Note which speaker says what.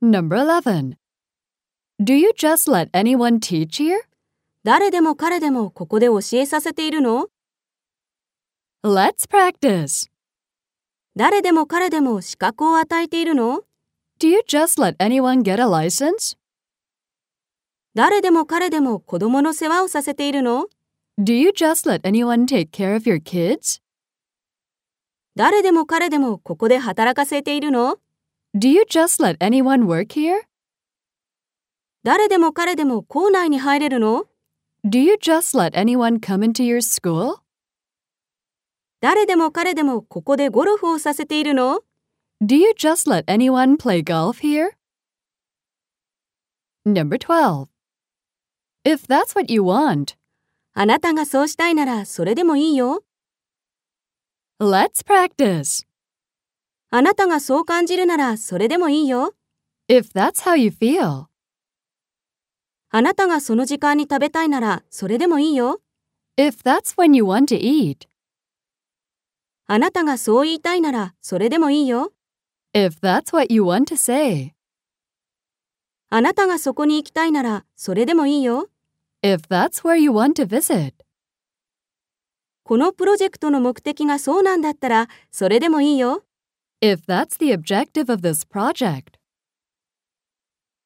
Speaker 1: Number 11. Do you just let anyone teach here?
Speaker 2: 誰でも彼でもここで教えさせているの
Speaker 1: Let's practice.
Speaker 2: 誰でも彼でも資格を与えているの
Speaker 1: Do you just let anyone get a license?
Speaker 2: 誰でも彼でも子供の世話をさせているの
Speaker 1: Do you just let anyone take care of your kids?
Speaker 2: 誰でも彼でもここで働かせているの
Speaker 1: Do you just let anyone work here?
Speaker 2: 誰でも彼でも校内に入れるの
Speaker 1: Do you just let anyone come into your school?
Speaker 2: 誰でも彼でもここでゴルフをさせているの
Speaker 1: Do you just let anyone play golf here? Number 12. If that's what you want,
Speaker 2: あなたがそうしたいならそれでもいいよ。
Speaker 1: let's practice.
Speaker 2: あなたがそう感じるならそれでもいいよ。
Speaker 1: If that's how you feel,
Speaker 2: あなたがその時間に食べたいならそれでもいいよ。
Speaker 1: if that's when you want to eat,
Speaker 2: あなたがそう言いたいならそれでもいいよ。
Speaker 1: if that's what you want to say,
Speaker 2: あなたがそこに行きたいならそれでもいいよ。
Speaker 1: if that's where you want to visit.
Speaker 2: このプロジェクトの目的がそうなんだったらそれでもいいよ。
Speaker 1: If that's the objective of this project,